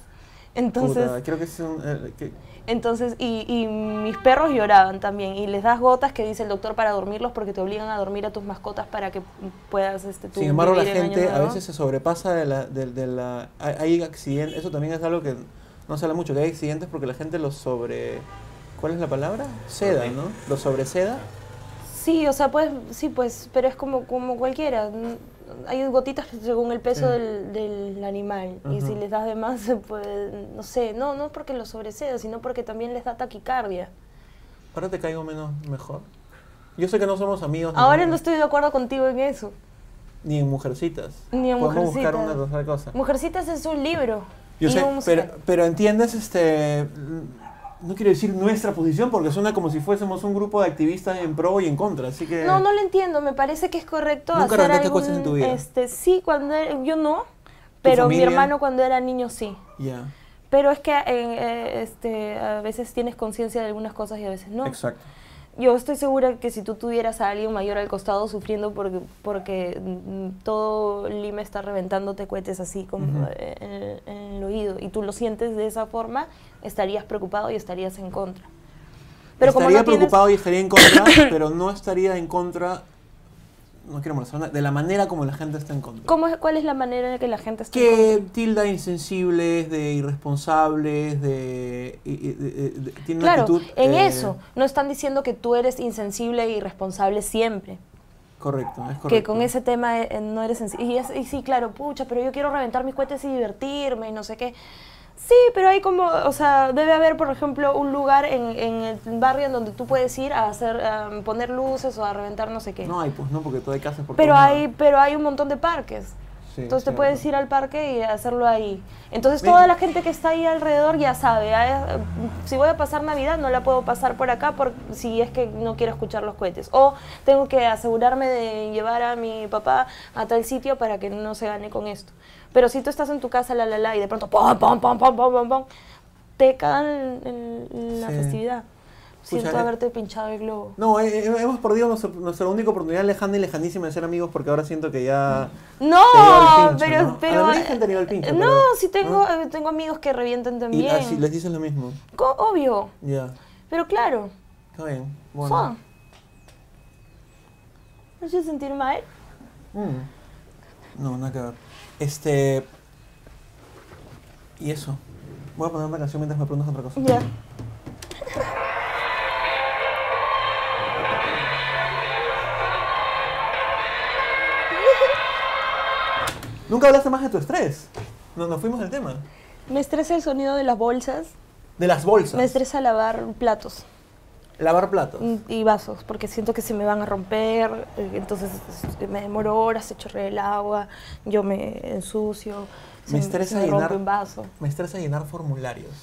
Entonces,
Puta, creo que es un... eh, que-
entonces y, y mis perros lloraban también y les das gotas que dice el doctor para dormirlos porque te obligan a dormir a tus mascotas para que puedas este, tú
Sin embargo, la
vivir el año
gente a
nuevo.
veces se sobrepasa de la... De, de la hay, hay accidentes, eso también es algo que no se habla mucho, que hay accidentes porque la gente los sobre... ¿Cuál es la palabra? Seda,
Protege.
¿no? Los sobreseda.
Sí, o sea, pues, sí, pues, pero es como, como cualquiera. n- Hay gotitas según el peso
Sí.
del, del animal. Y si
Ajá.
les das de más, se puede- no sé, no, no es porque lo sobreceda, sino porque también les da taquicardia.
Ahora te caigo menos mejor. Yo sé que no somos amigos. ni
Ahora
nada,
no estoy de acuerdo contigo en eso.
Ni en Mujercitas.
Ni en
Podemos buscar
Mujercitas.
una tercera cosa.
Mujercitas es un libro.
Yo
y
sé,
un musical.
pero, pero entiendes, este, no quiero decir nuestra posición porque suena como si fuésemos un grupo de activistas en pro y en contra, así que...
No, no lo entiendo. Me parece que es correcto
eh, ¿Nunca
hacer
reventaste
algún...
cosas en tu vida?
Este, sí, cuando era- yo no, pero mi
familia?
hermano cuando era niño sí.
Ya,
Pero es que eh, eh, este, a veces tienes conciencia de algunas cosas y a veces no.
exacto.
Yo estoy segura que si tú tuvieras a alguien mayor al costado sufriendo porque, porque mm, todo Lima está reventándote cohetes así como
Ujú.
eh, en, el- en el oído y tú lo sientes de esa forma, estarías preocupado y estarías en contra. Pero como
estaría
no tienes-
preocupado y estaría en contra, pero no estaría en contra, no quiero molestar, a nadie, de la manera como la gente está en contra.
¿cómo es- ¿Cuál es la manera en la que la gente está en
Que tilda de insensibles, de irresponsables, de... y- y- de- de- de- tiene una
contra? Claro,
actitud,
en
eh,
eso. No están diciendo que tú eres insensible e irresponsable siempre.
Correcto, es correcto.
que con ese tema eh, no eres sensible. Y, es- y sí, claro, pucha, pero yo quiero reventar mis cohetes y divertirme y no sé qué. Sí, pero hay como, o sea, debe haber, por ejemplo, un lugar en, en el barrio en donde tú puedes ir a hacer, a poner luces o a reventar no sé qué.
No hay, pues no, porque todo hay casas por
pero
todos
hay,
lados.
pero hay un montón de parques.
Sí,
Entonces te
cierto.
puedes ir al parque y hacerlo ahí. Entonces
Ven.
toda la gente que está ahí alrededor ya sabe, ah, eh, si voy a pasar Navidad no la puedo pasar por acá por, si es que no quiero escuchar los cohetes. O tengo que asegurarme de llevar a mi papá a tal sitio para que no se gane con esto. Pero si tú estás en tu casa, la, la, la, y de pronto, pom, pom, pom, pom, pom, pom, pom, te cagan en- en la
Sí.
festividad.
Escucha,
Siento
eh,
haberte pinchado el globo.
No, eh, eh, hemos perdido nuestro- nuestra única oportunidad lejana y lejanísima de ser amigos porque ahora siento que ya...
No,
Te dio el pincho, ¿no? A
pero, pero eh,
la mayoría de gente le dio el pincho,
no,
pero-
sí tengo,
¿no?
eh, tengo amigos que revientan
Y
también.
así les dices lo mismo.
Co- Obvio,
Ya,
pero claro.
está bien.
Bueno.
Bueno.
¿No se sentir mal?
Mm. No, nada que ver. Este... Y eso. Voy a poner una canción mientras me preguntas otra cosa.
Ya.
Nunca hablaste más de tu estrés. No, nos fuimos del tema.
Me estresa el sonido de las bolsas.
De las bolsas.
Me estresa lavar platos
Lavar platos.
mm, y vasos porque siento que se me van a romper. eh, Entonces es- me demoro horas, se chorrea el agua, yo me ensucio. se
Me estresa
se me rompe
llenar-
un vaso.
Me estresa llenar formularios.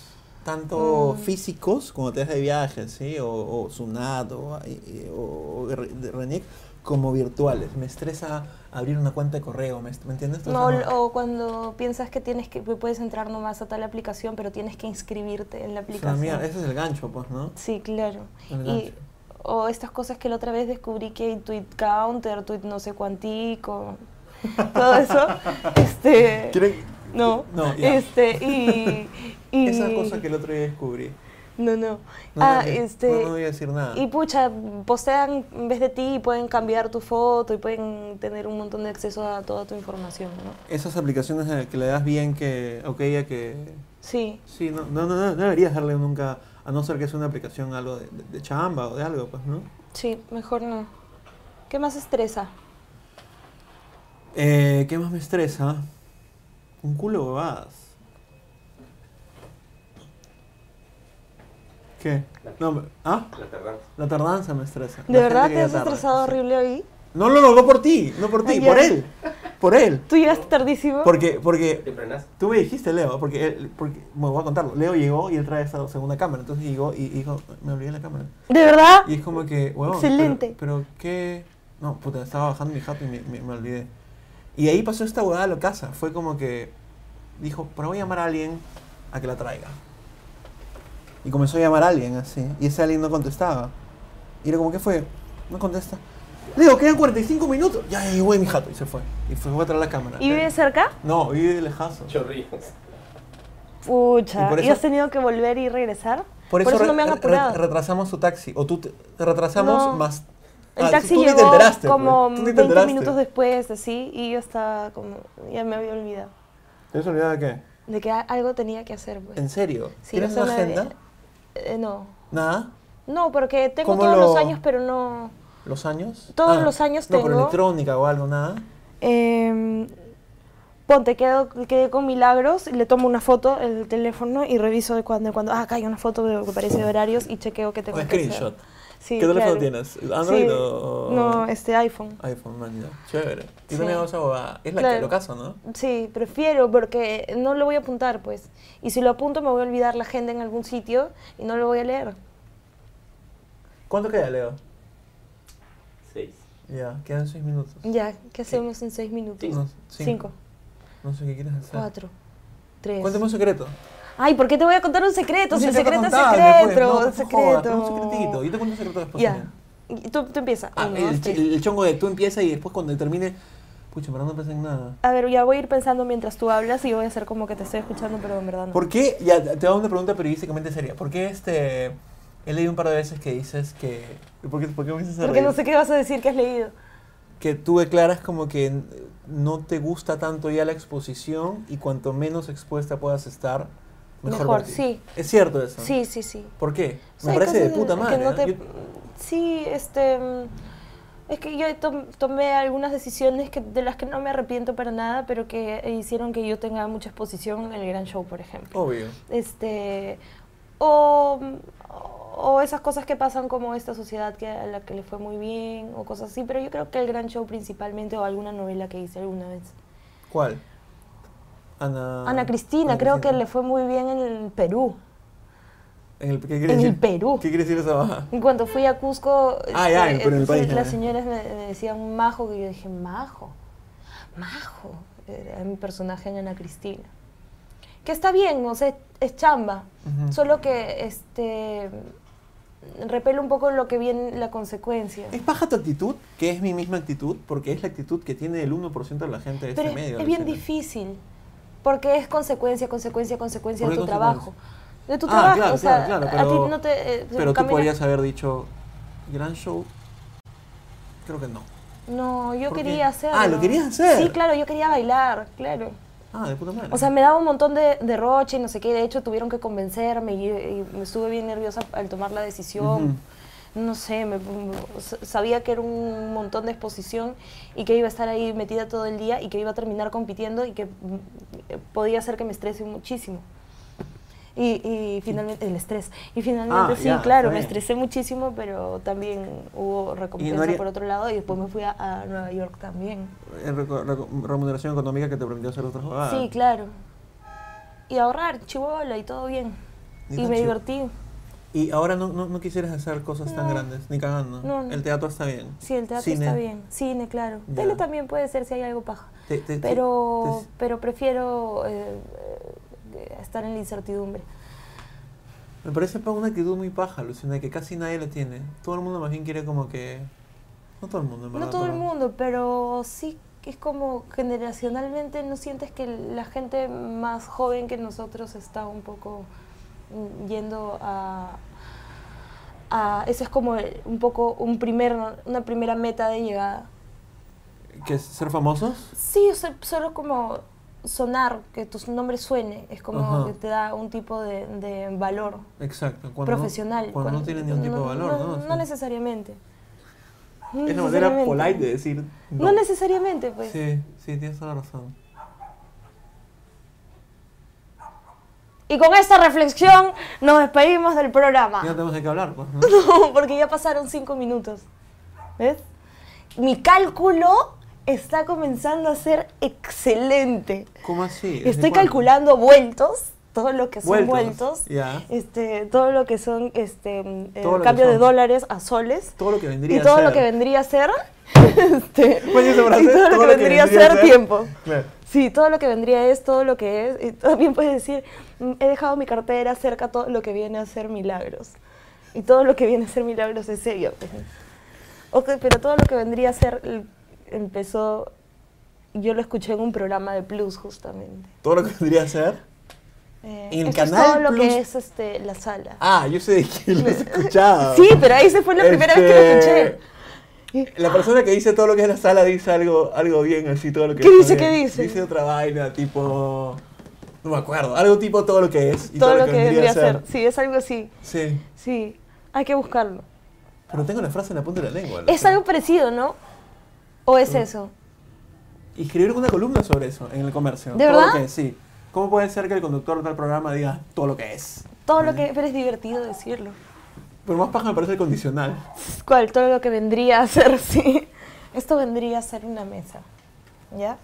Tanto
Mm.
físicos, cuando te vas de viaje, ¿sí? O, o Sunat, o, y- o- o Re- de Renick, como virtuales. Me estresa abrir una cuenta de correo, ¿me, est- ¿me entiendes?
No,
Entonces,
o cuando piensas que tienes que puedes entrar nomás a tal aplicación, pero tienes que inscribirte en la
es una
aplicación.
mierda. ese Ah, es el gancho, pues, ¿no?
Sí, claro.
El
Y,
gancho.
o estas cosas que la otra vez descubrí que hay tweet counter, tweet no sé cuantico, todo eso. este,
¿Quieren-
no,
No, ya.
este y, y
Esa cosa que el otro día descubrí.
No, no.
No,
ah,
no,
este.
no, no voy a decir nada.
Y pucha, postean en vez de ti y pueden cambiar tu foto y pueden tener un montón de acceso a toda tu información, ¿no?
Esas aplicaciones a que le das bien que, ok, a que...
Sí.
Sí, no, no, no, no deberías darle nunca, a no ser que sea una aplicación algo de, de- de chamba o de algo, pues, ¿no?
Sí, mejor no. ¿Qué más estresa?
Eh, ¿Qué más me estresa? Un culo de bobadas. ¿Qué? No, me- ¿Ah?
La tardanza.
La tardanza me estresa.
¿De
La
verdad
gente que
te has
llega tarde.
estresado horrible hoy?
No, no, no, no por ti, no por ti,
Ay,
por
ya.
él. Por él.
¿Tú llegaste tardísimo?
Porque, porque
¿Te frenas?
Tú me dijiste, Leo, porque, él- porque me voy a contarlo. Leo llegó y él trae esa segunda cámara. Entonces llegó y dijo, me olvidé la cámara.
¿De verdad?
Y es como que, huevón.
Excelente.
Pero, pero qué. No, puta, estaba bajando mi jato y me, me- me olvidé. Y ahí pasó esta huevada lo casa. Fue como que dijo, pero voy a llamar a alguien a que la traiga. Y comenzó a llamar a alguien así. Y ese alguien no contestaba. Y era como, ¿qué fue? No contesta. Leo, quedan 45 minutos. Ya, ya llegó de mi jato. Y se fue. Y fue, voy a traer la cámara.
¿Y vive cerca?
No, vive lejazo.
Chorrillos.
Y
Pucha.
por
¿Y,
eso-
has tenido que volver y regresar?
Por eso,
no
re-
me han
re-
apurado.
retrasamos su taxi. O tú te, te retrasamos
No.
más.
El
Ah,
taxi
tú ni te
llegó
enteraste,
como
pues. Tú ni te
20
enteraste.
minutos después, así, y yo estaba como... Ya me había olvidado.
¿Te has olvidado de qué?
De que a- algo tenía que hacer, pues.
¿En serio?
Sí,
¿Tienes
o sea,
una
me-
agenda?
eh, no.
Nada.
No, porque tengo
¿Cómo
todos
lo-
los años, pero no...
¿Los años? Ah,
Todos los años
no, No, pero
tengo.
electrónica o algo, nada.
Em, ponte, quedo, quedé con Milagros, y le tomo una foto en el teléfono y reviso de cuando en cuando. Ah, acá hay una foto de lo que parece de horarios y chequeo que tengo
Un
que hacer.
screenshot.
Sí,
¿Qué teléfono
claro.
tienes? ¿Android
Sí.
o...?
No, este iPhone.
iPhone, man, ya. Chévere. Yo
Sí.
también hago esa bobada. Es la que
Claro.
lo caso, ¿no?
Sí, prefiero porque no lo voy a apuntar, pues. Y si lo apunto me voy a olvidar la agenda en algún sitio y no lo voy a leer.
¿Cuánto queda, Leo?
Seis.
Ya, quedan seis minutos.
Ya, ¿qué hacemos en seis minutos?
No,
Cinco,
No sé qué quieres hacer.
cuatro, tres.
Cuéntame un secreto.
Ay, ¿por qué te voy a contar un secreto?
Un
si el
secreto
secreto es
contable, pues.
secreto,
No,
el
no jodas,
secreto.
un secretito. Yo te cuento un secreto después.
Ya.
también.
Y Tú, tú empieza.
Ah,
Uno,
el,
dos, tres.
el- el chongo de tú empieza y después cuando termine, pucha, pero no pensé en nada.
A ver, ya voy a ir pensando mientras tú hablas y yo voy a hacer como que te estoy escuchando, pero en verdad no.
¿Por qué? Ya, te hago una pregunta periodísticamente seria. ¿Por qué este... He leído un par de veces que dices que... ¿Por qué, por qué me dices
Porque no sé qué vas a decir que has leído.
Que tú declaras como que n- no te gusta tanto ya la exposición y cuanto menos expuesta puedas estar, mejor,
Mejor,
para ti.
sí.
¿Es cierto eso?
Sí, sí, sí.
¿Por qué?
O sea,
Me
hay
parece de
cosas
puta
que
madre.
no
¿eh?
te-
Yo-
Sí, este... mm, Es que yo tom- tomé algunas decisiones que, de las que no me arrepiento para nada, pero que hicieron que yo tenga mucha exposición en el gran show, por ejemplo.
Obvio.
este o, o esas cosas que pasan como esta sociedad que a la que le fue muy bien o cosas así pero yo creo que el gran show principalmente o alguna novela que hice alguna vez
¿Cuál? Ah, Ana...
Ana Cristina creo que le fue muy bien en el Perú
En el, ¿qué quiere
en
decir?
el Perú
¿Qué quiere decir esa baja?
y cuando fui a Cusco
Ah, ya, pero en el
sí,
país, ya,
las
ya.
señoras me, me decían majo que yo dije majo majo era mi personaje en Ana Cristina que está bien o sea es- es chamba
Ujú.
Solo que este repele un poco lo que viene la consecuencia.
Es baja tu actitud, que es mi misma actitud, porque es la actitud que tiene el 1% de la gente de
Pero
este
es,
medio.
es bien
alucina.
difícil, porque es consecuencia, consecuencia, consecuencia
¿Por
de
qué
tu
consecuencia?
trabajo. De tu
Ah,
trabajo,
claro,
o sea,
claro, claro,
a
pero-
ti no te... eh,
Pero tú
camina-
podrías haber dicho, gran show, creo que no.
No, yo
¿Por qué?
quería hacerlo.
Ah, ¿lo querías hacer?
Sí, claro, yo quería bailar, claro.
Ah, de puta madre.
O sea, me daba un montón de derroche y no sé qué. De hecho, tuvieron que convencerme y, y me estuve bien nerviosa al tomar la decisión.
Ujú.
No sé, me- s- sabía que era un montón de exposición y que iba a estar ahí metida todo el día y que iba a terminar compitiendo y que mm, podía hacer que me estrese muchísimo. Y, y finalmente, el estrés. Y finalmente,
Ah,
sí,
ya,
claro,
está
me
bien.
estresé muchísimo, pero también hubo recompensa
haría-
por otro lado y después me fui a, a Nueva York también.
Eh, reco- reco- remuneración económica que te permitió hacer otras jugadas.
Sí, claro. Y ahorrar, chivola y todo bien.
Ni
Y
tan
me
chivo-
divertí.
Y ahora no, no, no quisieras hacer cosas tan
No.
grandes, ni cagando.
No, no.
El teatro está bien.
Sí, el teatro
Cine.
está bien. Cine, claro.
Ya.
Tele también puede ser si hay algo paja.
Te- te- te-
Pero,
te-
pero prefiero eh, eh, estar en la incertidumbre.
me parece pa- una actitud muy paja, Luciana, que casi nadie la tiene. Todo el mundo más bien quiere como que... No todo el mundo, en verdad.
No todo el
pero-
mundo, pero sí que es como generacionalmente no sientes que la gente más joven que nosotros está un poco mm, yendo a... a- eso es como el- un poco un primer, una primera meta de llegada.
¿Que es ser famosos?
Sí, o sea, solo como sonar, que tu nombre suene, es como
Ajá.
que te da un tipo de, de valor
Exacto. Cuando no-
profesional.
cuando no tiene ningún tipo de valor, ¿no?
No,
Sí.
necesariamente. No
Es la manera
necesariamente.
polite de decir.
No, necesariamente, pues.
Sí, sí, tienes toda la razón.
Y con esta reflexión nos despedimos del programa.
Ya no tenemos de qué hablar, pues. ¿no?
No, porque ya pasaron cinco minutos. ¿Ves? Mi cálculo está comenzando a ser excelente.
¿Cómo así? ¿Desde
Estoy
cuándo?
calculando vueltos, todo lo que son
Vueltos,
vueltos,
ya.
este, todo lo que son este, mm, eh,
Todo lo que
cambio de
son.
dólares a soles
Todo lo que vendría
y todo
a ser. Pues,
lo que vendría a ser, este,
Oye, esa frase,
y todo lo que vendría a ser tiempo.
Claro.
Sí, todo lo que vendría es todo lo que es. Y también puedes decir, mm, he dejado mi cartera cerca a todo lo que viene a ser milagros. Y todo lo que viene a ser milagros es serio. pues. Ok, pero todo lo que vendría a ser el- empezó, yo lo escuché en un programa de Plus justamente.
Todo lo que vendría a ser.
Eh,
¿En el
esto es
canal
todo lo
Plus?
que es este, la sala.
Ah, yo sé de quién lo has escuchado.
Sí, pero ahí se fue la primera vez que lo
Este,
escuché.
La persona que dice todo lo que es la sala dice algo, algo bien así, todo lo que
¿Qué
está
dice?
bien.
¿Qué dice?
Dice otra vaina, tipo. No me acuerdo. Algo tipo todo lo que es. y
Todo lo que vendría a ser. Sí, es algo así.
Sí.
Sí, hay que buscarlo.
Pero tengo la frase en la punta de la lengua.
Es
loco.
algo parecido, ¿no? ¿O
Mm.
es eso?
Y escribir una columna sobre eso en el comercio.
¿De
Todo lo
verdad?
que es, sí. ¿Cómo puede ser que el conductor del programa diga todo lo que es?
Todo lo
Mm.
que... Pero es divertido decirlo.
Pero más paja me parece el condicional.
¿Cuál? Todo lo que vendría a ser, sí. Esto vendría a ser una mesa. ¿Ya?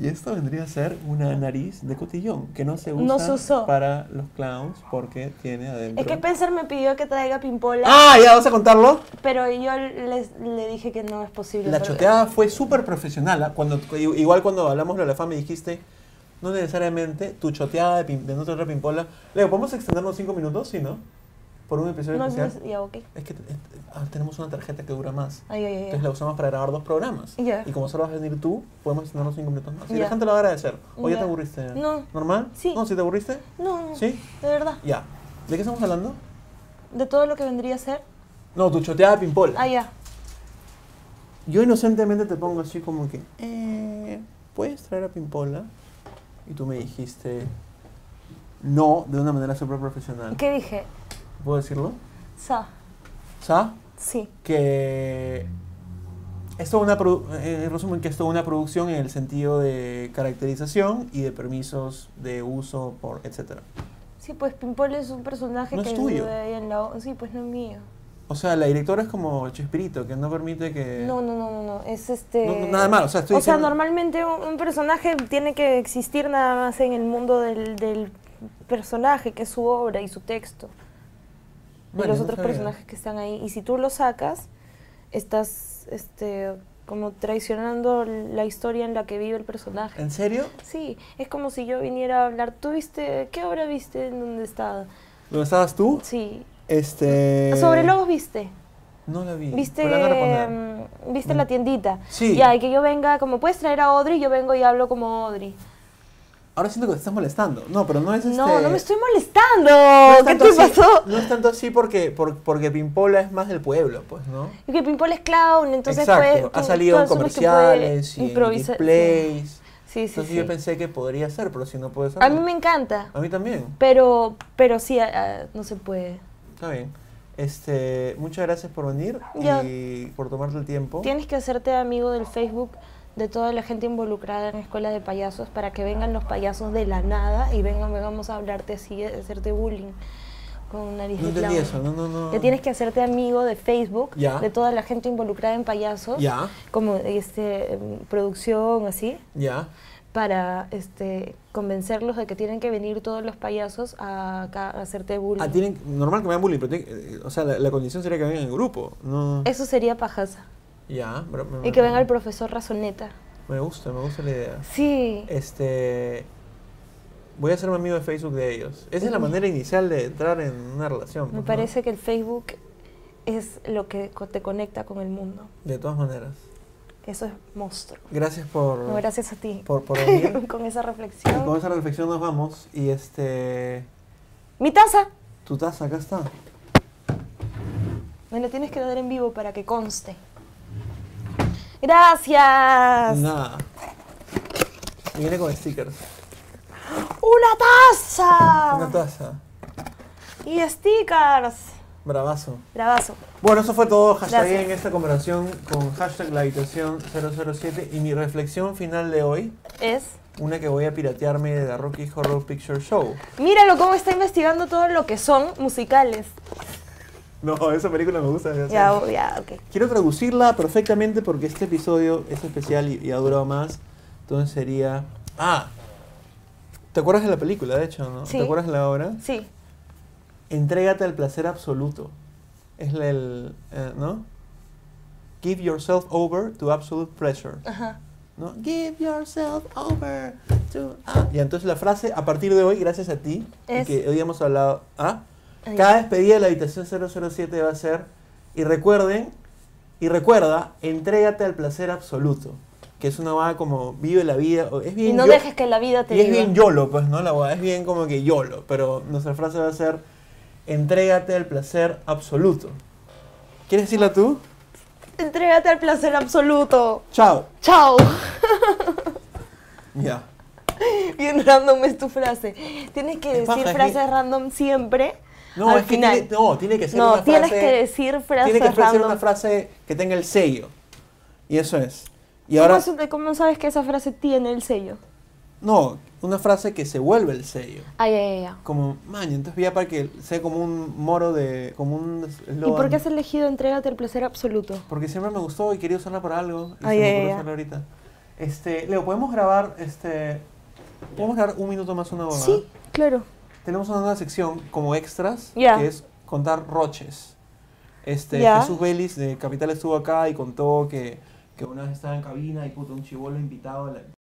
Y esto vendría a ser una nariz de cotillón que no se usa
No se usó.
para los clowns porque tiene adentro.
Es que Spencer me pidió que traiga pimpola,
¡Ah! ¿Ya vas a contarlo?
pero yo les- le dije que no es posible.
La
porque-
choteada fue súper profesional. ¿ah? Cuando, i- igual cuando hablamos de la fama dijiste, no necesariamente tu choteada de, pim- de no traer pimpola. Leo, ¿podemos extendernos cinco minutos? Sí, ¿no? Por un episodio
No,
especial.
no, ya, ok.
Es que eh, ah, tenemos una tarjeta que dura más.
Ay, ay, ay,
Entonces
ay.
la usamos para grabar dos programas.
Ya.
Y como solo vas a venir tú, podemos extendernos cinco minutos más. Y la
Ya.
gente lo va a agradecer. ¿O ya,
Ya.
te aburriste?
No.
¿Normal?
Sí.
¿No? ¿Sí te aburriste?
No, no,
¿Sí?
de verdad.
Ya. ¿De qué estamos hablando?
De todo lo que vendría a ser.
No, tu choteada de pimpol.
Ah, ya.
Yo inocentemente te pongo así como que, eh, ¿puedes traer a Pimpola? Y tú me dijiste, no, de una manera súper profesional.
¿Qué dije?
¿Puedo decirlo?
Sa.
¿Sabes?
Sí.
Que es toda una, produ- eh, en resumen, que es toda una producción en el sentido de caracterización y de permisos de uso, por etcétera.
Sí, pues Pimpol es un personaje
No
que
es tuyo.
vive ahí en la o- Sí, pues no es mío.
O sea, la directora es como Chespirito, que no permite que...
No, no, no, no, no, es este...
Eh. No, no, nada más, o sea, estoy diciendo-
normalmente un, un personaje tiene que existir nada más en el mundo del, del personaje, que es su obra y su texto,
Bueno,
y los
no
otros
sabía.
personajes que están ahí. Y si tú lo sacas, estás este, como traicionando la historia en la que vive el personaje.
¿En serio?
Sí, es como si yo viniera a hablar, ¿tú viste, qué obra viste en donde estaba?
¿Dónde estabas tú?
Sí,
Este...
sobre lobos viste.
No la vi.
¿Viste,
pero la voy a responder.
mm, ¿Viste la tiendita?
Sí.
Ya, y que yo venga, como puedes traer a Audrey, yo vengo y hablo como Audrey.
Ahora siento que te estás molestando. No, pero no es este...
No, no me estoy molestando.
no es
¿Qué
tanto
te
así-
pasó?
No es tanto así porque, por- porque Pimpola es más del pueblo, pues, ¿no?
Y que Pimpol es clown, entonces
Exacto.
pues, tú-
ha salido
tú
en
asumes que
comerciales
puede
y en
improvisar-
displays.
Sí, sí, sí.
Entonces
sí.
yo pensé que podría ser, pero si no puede ser...
A
no.
mí me encanta,
A mí también.
pero, pero sí, ah, ah, no se puede.
Está bien. Este, muchas gracias por venir
Ya.
y por tomarte el tiempo.
Tienes que hacerte amigo del Facebook de toda la gente involucrada en la escuela de payasos para que vengan los payasos de la nada y vengan, vengamos a hablarte así, a hacerte bullying con nariz
No
de
entendí
clown.
eso, no, no, no.
Te tienes que hacerte amigo de Facebook,
Ya.
de toda la gente involucrada en payasos,
Ya,
como este em, producción así,
ya.
para este convencerlos de que tienen que venir todos los payasos a, acá a hacerte bullying.
Ah, tienen, normal que me hagan bullying, pero tienen- eh, o sea, la, la condición sería que vengan en el grupo. No.
Eso sería pajasa.
Ya, pero me-
Y que venga el profesor Razoneta.
Me gusta, me gusta la idea.
Sí.
Este. Voy a hacerme amigo de Facebook de ellos. Esa es la manera inicial de entrar en una relación. pues,
Me
¿no?
parece que el Facebook es lo que co- te conecta con el mundo.
De todas maneras.
Eso es monstruo.
Gracias por.
No, gracias a ti
Por, por venir.
con esa
Y con
reflexión.
esa reflexión nos vamos. Y este.
Mi taza.
Tu taza, acá está.
Me la tienes que dar en vivo para que conste. Gracias.
Nada. Y viene con stickers.
Una taza.
Una taza.
y stickers.
Bravazo.
Bravazo.
Bueno, eso fue todo. Hashtag
Gracias.
en esta conversación con hashtag la habitación 007. Y mi reflexión final de hoy,
Es.
una que voy a piratearme de la Rocky Horror Picture Show.
Míralo cómo está investigando todo lo que son musicales.
No, esa película me gusta. desde hace
Ya, oh,
años.
ya, ok.
Quiero traducirla perfectamente porque este episodio es especial y, y ha durado más. Entonces sería. Ah, ¿te acuerdas de la película, de hecho, no?
Sí.
¿Te acuerdas de la obra?
Sí.
Entrégate al placer absoluto. Es la- el. eh, ¿No? Give yourself over to absolute pleasure.
Ajá.
¿no? Give yourself over to. ah. Y entonces la frase, a partir de hoy, gracias a ti, y
Es-
que hoy hemos hablado. ¿ah?
Ahí.
Cada despedida de la habitación 007 va a ser. Y recuerden, y recuerda, entrégate al placer absoluto. Que es una vaga como vive la vida. o- Es bien
Y no
yo-
dejes que la vida te
y es
diga.
bien YOLO, pues, ¿no? La hueá es bien como que YOLO, pero nuestra frase va a ser, entrégate al placer absoluto. ¿Quieres decirla tú?
Entrégate al placer absoluto.
Chao.
Chao.
Ya.
Bien random es tu frase. Tienes que
Es paja,
decir
es
frases
bien-
random siempre.
No,
al
es que
final.
tiene, no, tiene que ser
No,
una frase...
tienes que decir frases
Tiene que ser
random.
una frase que tenga el sello. Y eso es. Y
¿Cómo
ahora...
es- ¿Cómo sabes que esa frase tiene el sello?
No, una frase que se vuelve el sello.
Ay, ay, ay.
Como, man, entonces ya para que sea como un moro de... como un
¿Y
eslogan.
por qué has elegido entrégate al placer absoluto?
Porque siempre me gustó y quería usarla para algo. Y
Ay,
se me
ay,
ocurrió
ay.
usarla ahorita. Este, Leo, ¿podemos grabar este. ¿Podemos grabar un minuto más una boda?
Sí, claro.
Tenemos una nueva sección como extras,
Ya.
que es contar roches. Este,
Ya.
Jesús Vélez de Capital estuvo acá y contó que, que una vez estaba en cabina y puto, un chivolo invitado la-